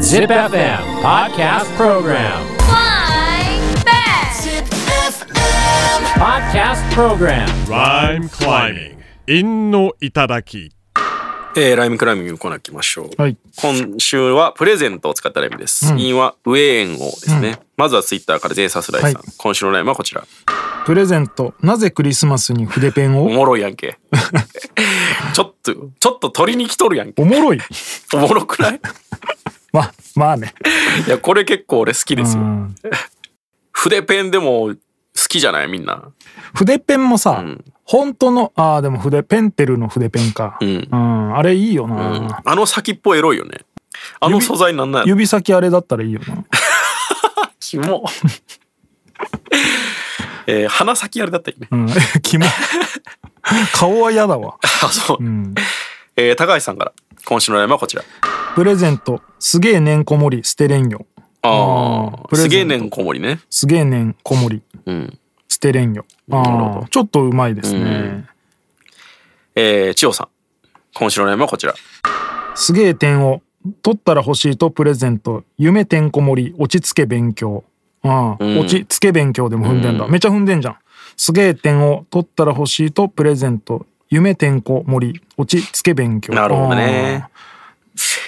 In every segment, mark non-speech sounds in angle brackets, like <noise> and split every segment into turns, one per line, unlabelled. Zip FM Podcast Program.
Flying back.
Podcast Program.
Rhyme climbing. 陰の頂き。
えーライムクライミングのコーナー行きましょう。
はい
今週はプレゼントを使ったライムです。
うん
インはウエーンをですね。まずはツイッターから全サスライさん。
はい
今週のライムはこちら。
プレゼントなぜクリスマスに筆ペン
お
を
もろいやん
<laughs>
け。ちょっと、ちょっと取りに来とるやんけ。
おもろい
おもろく
<laughs>
ない
ままあね
いや、これ結構俺好きです
う
よ。
ん
筆ペンでも好きじゃないみんな。
筆ペンもさ、
うん
本当のあーでも筆ペンテルの筆ペンか、
うん。
うんあれいいよ
う
な、
ん。あの先っぽエロいよね。あの
指
素材なんなんやろ
指先あれだったらいいよな
キモ。えー鼻先あれだったよね。 <laughs>
うんキモ顔は嫌だわ、
あ、そう
う。ん、
えー高橋さんから。今週のライムはこちら。
プレゼントすげえ年こもり捨てれんよ
あ
あー
あ、
プレゼ
す
ント
げえねんこもりね。
すげえ年こもり
うん。
捨てれんよ
なる
あ
ほど
ーちょっとうまいですね、
うんえー、千代さん。今週のライブはこちら。
すげえ点を取ったら欲しいとプレゼント夢てんこ盛り落ち着け勉強ああ、
うん
落ち着け勉強でも踏んでんだ、めちゃ踏んでんじゃんすげえ点を取ったら欲しいとプレゼント夢てんこ盛り落ち着け勉強
なるほどね
ああ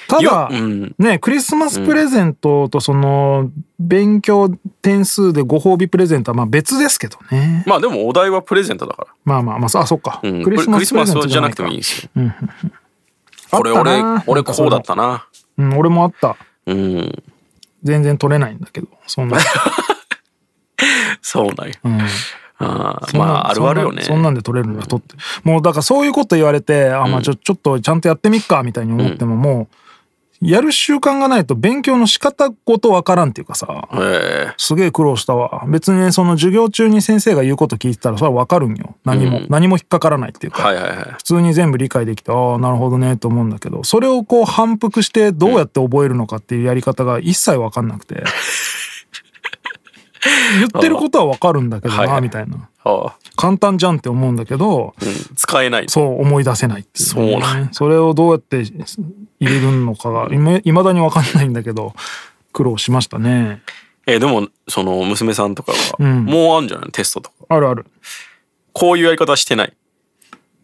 ただ
よ、うん。
ねクリスマスプレゼントとその勉強点数でご褒美プレゼントはまあ別ですけどね
まあでもお題はプレゼントだか
まあまあまあそあそっか、
ら。うん。
クリスマスプレゼン
クリスマ
ト
ス
じ
じ
ゃ
ゃ
な
ないくて
か
もいいですよ。
あ
こ
っ
れ
た
俺
な、
俺こうだったな。
うん、俺もあった
うん。
全然取れないんだけど
<laughs>
そんな、
そうなんや。
うん
あー
そん
ま
なん
あ、あるあるよね。
そんなんで取れるんだ取ってもうだからそういうこと言われてあまあちょちょっとちゃんとやってみっかみたいに思ってももうやる習慣がないと勉強の仕方ごとわからんっていうかさ
え
すげえ苦労したわ別にねその授業中に先生が言うこと聞いてたらそれはわかるんよ何も、何も引っかからないっていう
ー
か、
はいはいはい。
普通に全部理解できてああなるほどねと思うんだけどそれをこう反復してどうやって覚えるのかっていうやり方が一切わかんな
<laughs>
くて言ってることはわかるんだけど
はいは
ないみたいな。
ああ、
簡単じゃんって思うんだけど
うん。使えない。
そう思い出せないっていう、
そうな
それをどうやって入れるのかがいま未だに分かんないんだけど苦労しましたね
えーでも、その娘さんとか
う
は、
ん
もうあんじゃないテストとか。
あるある
こういうやり方してない。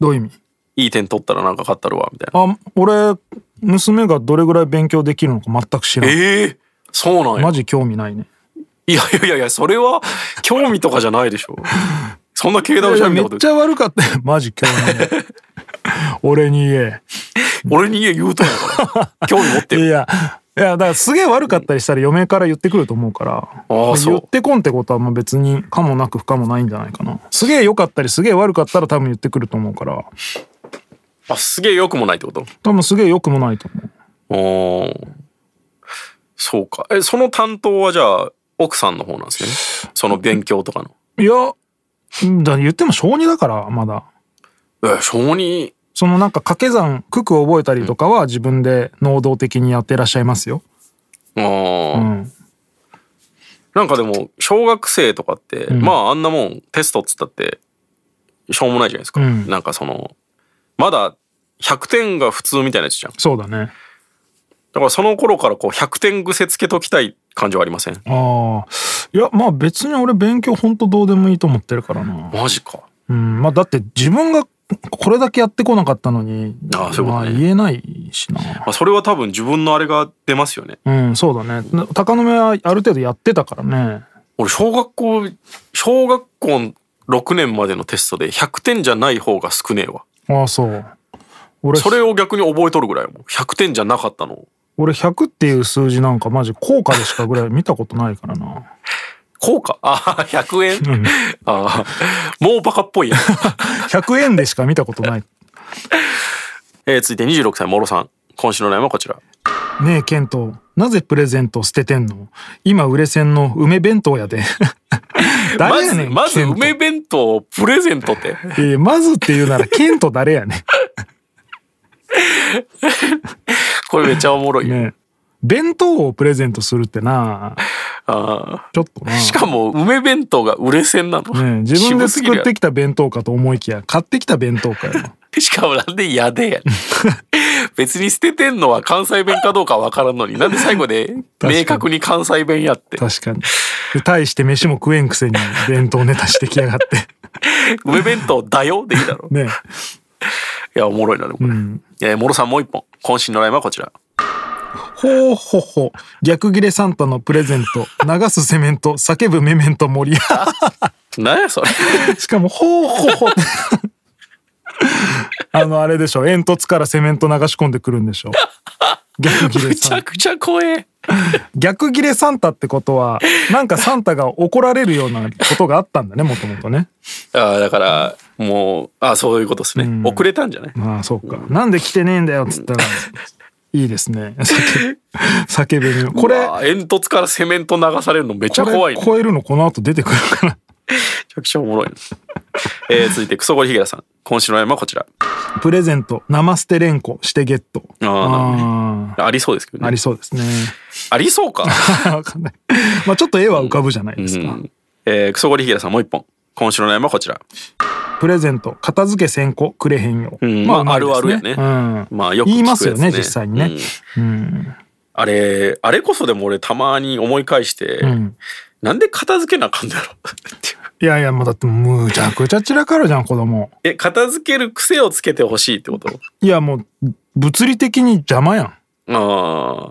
どういう意味
いい点取ったらなんか勝ったるわ、みたいな。
あ俺娘がどれぐらい勉強できるのか全く知らん
ええー、そうなんや。
マジ興味ないね
いやいやいやいや、それは興味とかじゃないでしょ。そんな経団
い
者
や
みた
め
いな
っ
こと
ちゃ悪かった <laughs> よマジ興味ない俺に言え
俺に言え言うとんやから。興味持って
<laughs> い
よ。
やいやだからすげえ悪かったりしたら嫁から言ってくると思うから
ああそう
言ってこんってことはまあ別にかもなく不可もないんじゃないかなすげえ良かったりすげえ悪かったら多分言ってくると思うから
あ、すげえ良くもないってこと
多分すげえ良くもないと思
お
う
ーそうか。え、その担当はじゃあ、奥さんの方なんですね。その勉強とかの。
いやうんだから言っても小児だからまだ
え、小児、
そのなんか掛け算九九覚えたりとかは自分で能動的にやってらっしゃいますよ、
あ
う
ー
ん、
なんかでも、小学生とかって、
ん
まああんなもん、テストっつったって、しょうもないじゃないですか。
うん
なんかその、まだ100点が普通みたいなやつじゃん。
そうだね
だからその頃からこう100点癖つけときたい感じはありません
ああいやまあ別に俺勉強ほんとどうでもいいと思ってるからな
マジか。
うん、まあだって自分がこれだけやってこなかったのに
ああそういうことね
まあ、言えないしな
まあ、それは多分自分のあれが出ますよね。
うんそうだねな鷹の目はある程度やってたからね
俺、小学校、小学校6年までのテストで100点じゃない方が少ねえわ。
ああそう俺
それを逆に覚えとるぐらいやもん。100点じゃなかったの。
俺100っていう数字なんかマジ効果でしかぐらい見たことないからな
<laughs> こうか。ああ、100円。
うん
ああ、もうバカっ
<laughs>
ぽいやん。
100円でしか見たことない
えー続いて26歳、もろさん。今週の悩みはこちら。
ねえケントなぜプレゼント捨ててんの今売れ線の梅弁
<laughs>
当やで
ま
誰や
ず、
ねん
まず
ケント
梅弁当をプレゼントって。
いやまずっていうならケント誰やねん
これめっちゃおもろいよ。
ね弁当をプレゼントするってな
あ
ちょっとな
あしかも、梅弁当が売れ線なの。
ね自分
渋
で
すぎる
作
やん
ってきた弁当かと思いきや買ってきた弁当かよ
しかもなんでやでやねん <laughs> 別に捨ててんのは関西弁かどうかわからんの
<laughs>
に、なんで最後で
かに
明確に関西弁やって。
確かに。で、大して飯も食えんくせに弁当ネタしてきやがって。
梅弁当だよでいいだろ。
ね。
いや、おもろいな、でもこれ。
うん
えー、もろさんもう一本。渾身のライブはこちら。
ほうほほ。逆ギレサンタのプレゼント。流すセメント。叫ぶメメント森。
なんやそ
<laughs>
れ。
しかも、ほうほほ。あの、あれでしょ。煙突からセメント流し込んでくるんでしょ。逆ギレ
めち
サン
ゃ
タ。
くちゃ怖え。
逆ギレサンタってこ
<laughs>
とは、なんかサンタが怒られるようなことがあったんだね、もともとね。
ああ、だから、もう、ああ、そういうことですね。
うん
遅れたんじゃない
まあそうか。なんで来てねえんだよっつったら、いいですね。叫ぶ叫べる。こ
う
れ、
わー煙突からセメント流されるのめっちゃ
こ
怖
れ
いね。め
超えるのこの後出てくるかな。
ちゃくちゃおもろいね。えー、続いて、クソゴリヒゲラさん。今週の山はこちら。
プレゼント、生捨て連呼してゲット。
あーなる
あ
ありそうですけど
ーあ
ね。
りそうですね。 <laughs>
ありそうか。
わかんない。まあちょっと絵は浮かぶじゃないですか。
うんえー、クソゴリヒゲラさんもう一本。今週の山はこちら。
プレゼント、片付け先行くれへんよ。
うんまあ
うまいで
あ
す
るあるやね
うん
まあよく聞くやつね
言いますよね、実際にね。うん。
あれ、あれこそでも俺たまに思い返して、
うん
なんで片付けなあかんだろう <laughs> っていう。
いやいや、もうだってむちゃくちゃ散らかるじゃん、子供。
え、片付ける癖をつけてほしいってこと
いや、もう、物理的に邪魔やん。
ああ。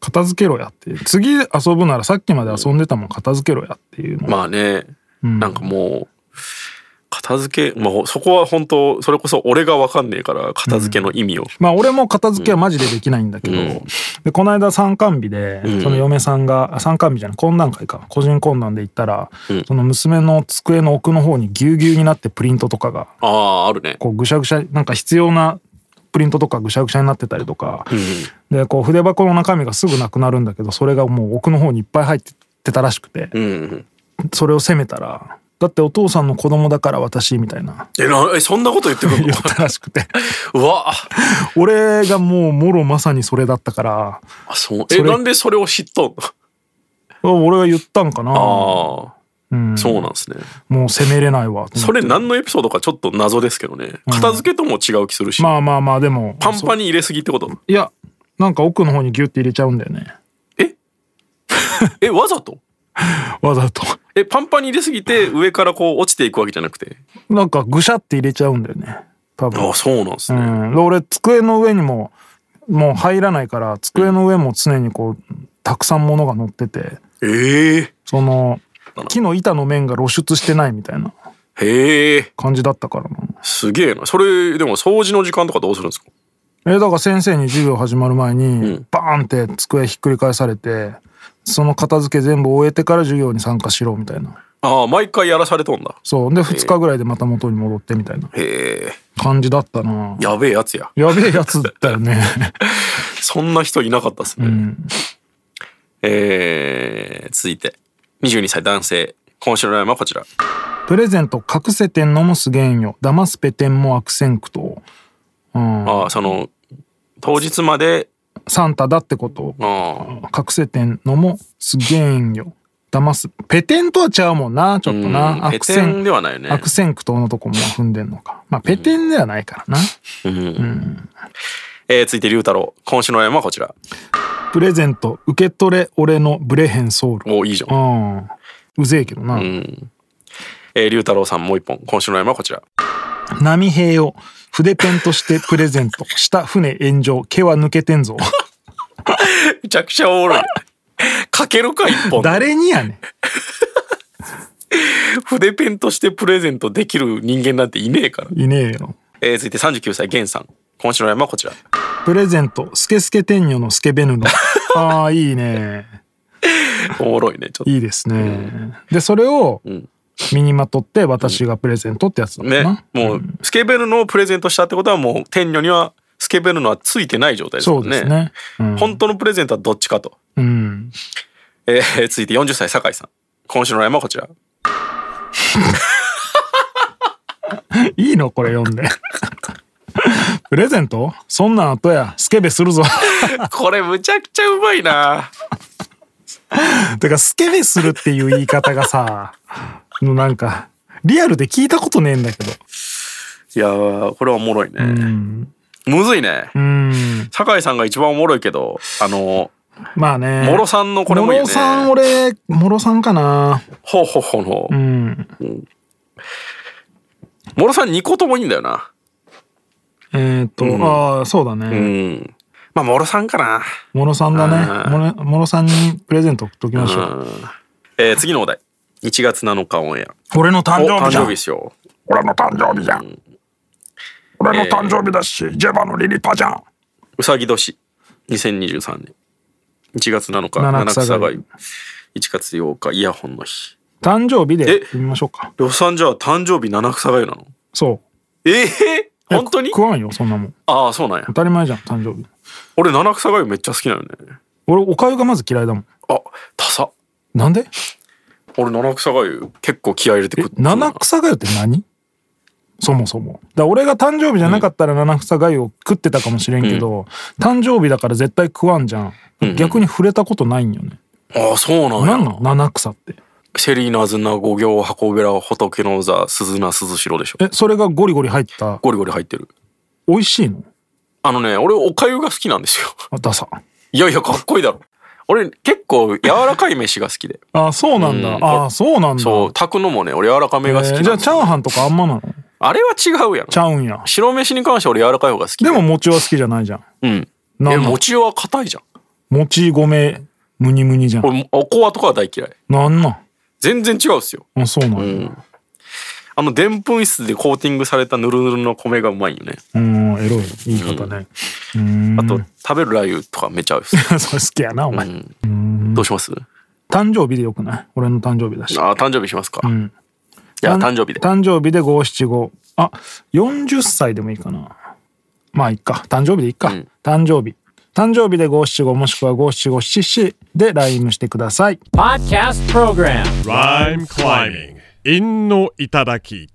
片付けろやって次遊ぶならさっきまで遊んでたもん片付けろやっていうの、
まあね、
うん
なんかもう、片付け、まあそこは本当それこそ俺がわかんねえから、片付けの意味を。
まあ俺も片付けはマジでできないんだけど、
うん
でこの間参観日で、
うん
その嫁さんがあ参観日じゃない懇談会か個人懇談で行ったら、
うん
その娘の机の奥の方にぎゅうぎゅうになってプリントとかが
ああ、あるね。
こうぐしゃぐしゃなんか必要なプリントとかぐしゃぐしゃになってたりとか、
う
でこう筆箱の中身がすぐなくなるんだけどそれがもう奥の方にいっぱい入ってってたらしくて、
ん。うん。
それを責めたら「だってお父さんの子供だから私」みた
<laughs>
いな
え、なえそんなこと言ってくる
言
の
ったらしくて
うわ
俺がもうもろまさにそれだったから
あ、そう。
そ
え、
れ
なんでそれを知っとんの
俺が言ったんかな
ああ、
うん、
そうなんですね。
もう責めれないわと思って
それ何のエピソードかちょっと謎ですけどね。片付けとも違う気するし。
まあまあまあでも
パン
そ
パ
う
ンに入れすぎってこと
いやなんか奥の方にギュッて入れちゃうんだよね
え、わざと
わざと
え、パンパンに入れすぎて上からこう落ちていくわけじゃなくて。
なんかぐしゃって入れちゃうんだよね多分
ああ、そうなんです
う
ね。
ん、で俺机の上にももう入らないから机の上も常にこうたくさん物が乗ってて
ええ
その木の板の面が露出してないみたいな
へえ、
感じだったからな。
すげえな。それ、でも掃除の時間とかどうするんですか
えだから先生に授業始まる前
う
に
ん
バーンって机ひっくり返されてその片付け全部終えてから授業に参加しろみたいな
ああ、毎回やらされとんだ。
そうで2日ぐらいでまた元に戻ってみたいな
へえ、
感じだったな
やべえやつや。
やべえやつだよ
<laughs>
ね
そんな人いなかったっすね。
ん
えー、続いて、22歳男性。今週のラインはこちら。
プレゼント隠せてんのもすげんよ騙すぺてんも悪戦苦闘、うん、
ああ、その、当日まで、
サンタだってことを
あ
隠せてんのもすげんよ騙すペテンとは違うもんなちょっと
あ、うん、
な
ペ
悪
テン
戦
ではないよね。
悪戦苦闘のとこも踏んでんのかまあペテンではないからな、
うん。えー、続いて、龍太郎。今週のラインはこちら。
プレゼント受け取れ俺のブレヘンソウル
おーいいじゃん
う。んうぜえけどな、
うん。えー、龍太郎さんもう一本。今週のラインはこちら。
波平を筆ペンとしてプレゼントした船炎上毛は抜けて
<laughs>
んぞ
めちゃくちゃおもろい。かけるか一本。
誰にやねん
筆ペンとしてプレゼントできる人間なんていねえから。
いねえよ
えー、続いて39歳、ゲンさん。今週のラインはこちら。
プレゼントスケスケ天女のスケベヌ
<laughs>
のああいいね
おもろいね、ちょっと。
いいですねでそれを
ん
身にまとって私がプレゼントってやつだもんな、
ね、もう、スケベルノをプレゼントしたってことは、もう、天女には、スケベルノはついてない状態です
そ
も
うんで
ね。
すねうん、
本当のプレゼントはどっちかと。
うん、
えー、続いて40歳、酒井さん。今週のラインはこ
<laughs>
ちら。
いいのこれ読んで <laughs> プレゼントそんなん後やスケベするぞ <laughs>
これ、むちゃくちゃうまいな
てか、スケベするっていう言い方がさ、のなんか、リアルで聞いたことねえんだけど。
いやーこれはおもろいね。
うん。
むずいね
う。ん。
酒井さんが一番おもろいけど、あの、
まあね。
諸さんのこれもいいよね。
諸さん、俺、諸さんかな。
ほうほうほうほう
う。ん。
諸さん2個ともいいんだよな。
えーっと、
うん
ああ、そうだ
う
ね。
ん。まあ、諸さんかな。
諸さんだ
あー
ね。諸諸さんにプレゼント送っときましょう。
えー次のお題。1月7日オンエア。
俺の誕
お
生
誕
日じゃ
生日
ん
で。すよ。
俺の誕生日じゃん。俺の誕生日だし、ジェバのリリパじゃん。
うさぎ年。2023年。1月7日。
七
七
草
草
が
が
ゆ
1月8日。イヤホンの日。
誕生日で
え
読みましょうか。
予算じゃあ誕生日七草がゆなの
そう。
ええ
え
本当に
食わんよ、そんなもん。
ああ、そうなんや
当。たり前じゃん、誕生日。
俺七草がゆめっちゃ好きなのね。
俺、おかゆがまず嫌いだもん。
あ、ダサ。
なんで
俺七草がゆ結構気合い入れて
え
くる。
七草がゆって何そもそも。だから俺が誕生日じゃなかったら七草がゆを食ってたかもしれんけど、誕生日だから絶対食わんじゃん。逆に触れたことないんよね。
ああ、そうなんや。
なんなの七草って。
セリーナズナ五行箱べら仏の座鈴名鈴代でしょ。
え、それがゴリゴリ入った、
ゴリゴリ入ってる。
美味しいの
あのね、俺おかゆが好きなんですよ。 <laughs>
あダサ。
いやいや、かっこいいだろ。俺結構柔らかい飯が好きで。
あ、そうなんだ。
うん
あ、そうなんだ。
そう、炊くのもね、俺柔らかめが好き
え
な
ー
ん
じゃあ、
です
チ
よ
ャーハンとかあんまなの
あれは違うやん。
ちゃうんや。
白飯に関して俺柔らかい方が好き。
でも、餅は好きじゃないじゃん。
うん。
な
え、
んなん
餅は硬いじゃん。
餅米、むにむにじゃん。
俺、おこわとかは大嫌い。
なんなん
全然違うっすよ。
あ、そうなんだ。
あの、でんぷん質でコーティングされたぬるぬるの米がうまいよね。
うん、エロい言い方ね。
あと、食べるラー油とかめっちゃ合うっす。
<laughs> それ好きやな、お前。
どうします
誕生日でよくない俺の誕生日だし。
あー、誕生日しますか。
ん
じゃあ、
た
誕生日で。
誕生日で5、7、5。あ、40歳でもいいかな。まあ、いっか。誕生日でいっか。
うん
誕生日。誕生日で5、7、5もしくは5、7、5、7、7で LINE してください。
Podcast Program
Rhyme climbing. 陰の頂き。